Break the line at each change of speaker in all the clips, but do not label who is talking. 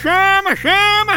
chama, chama!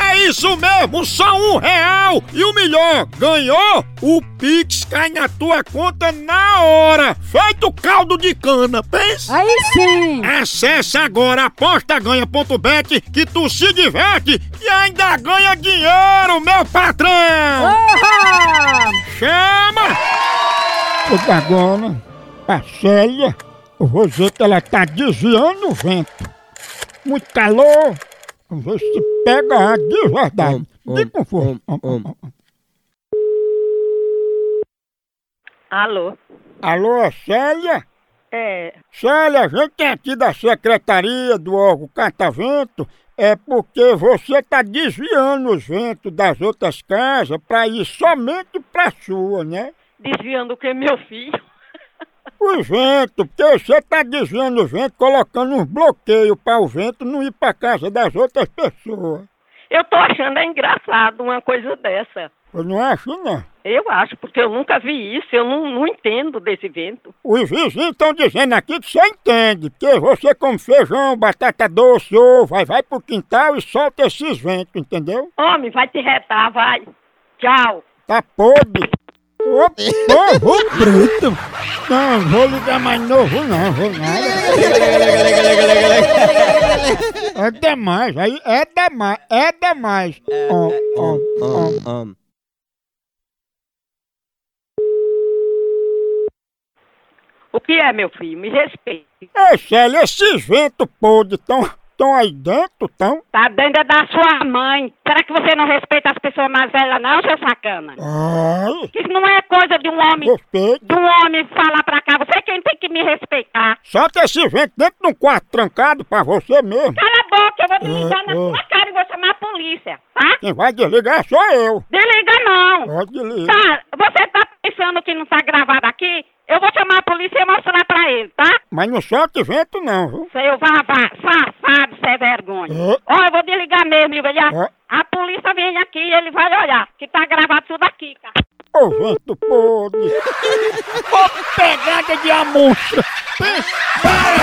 É isso mesmo, só um real! E o melhor, ganhou? O Pix cai na tua conta na hora! Feito caldo de cana, pensa!
Aí sim!
Acesse agora apostaganha.bet que tu se diverte e ainda ganha dinheiro, meu patrão!
Oba!
Chama! Chega agora, a Célia, o Roseta, ela tá desviando o vento. Muito calor, vamos ver se pega a de verdade.
Om,
De
om,
conforto.
om, om.
Alô?
Alô, é Célia?
É,
Célia, a gente é aqui da secretaria do órgão Catavento é porque você tá desviando os ventos das outras casas para ir somente pra sua, né?
desviando o que é meu filho?
O vento, porque você tá desviando o vento, colocando um bloqueio para o vento não ir para casa das outras pessoas.
Eu tô achando é engraçado uma coisa dessa.
Eu não acho, não.
Eu acho, porque eu nunca vi isso, eu não, não entendo desse vento.
Os vizinhos estão dizendo aqui que você entende, porque você come feijão, batata doce, ovo, vai, vai pro quintal e solta esses ventos, entendeu?
Homem, vai te retar, vai. Tchau.
Tá podre. Ô, povo bruto. Não, vou ligar mais novo, não, vou não. É demais, aí é demais, é demais. Ó, ó, ó.
Um, um.
O que é, meu filho? Me respeite.
Ei, É, Célia, esses ventos podres estão tão aí dentro, tão?
Tá dentro da sua mãe. Será que você não respeita as pessoas mais velhas, não, seu sacana?
Ai,
Isso não é coisa de um homem,
respeito.
de um homem falar pra cá. Você é quem tem que me respeitar.
Solta esse vento dentro de um quarto trancado pra você mesmo.
Cala a boca, eu vou desligar na sua cara e vou chamar a polícia, tá?
Quem vai desligar sou eu.
Desliga não.
Pode desligar.
Tá, você tá pensando que não tá gravado aqui? Eu vou chamar a polícia e mostrar pra ele, tá?
Mas não solta vento não, viu?
Seu vavá, safado, sem vergonha.
Hã?
Ó, eu vou desligar mesmo, viu? Ele-
Hã?
A polícia vem aqui e ele vai olhar, que tá gravado tudo aqui, cara.
Ô vento podre. Ô pegada de amostra. Pensa- Para!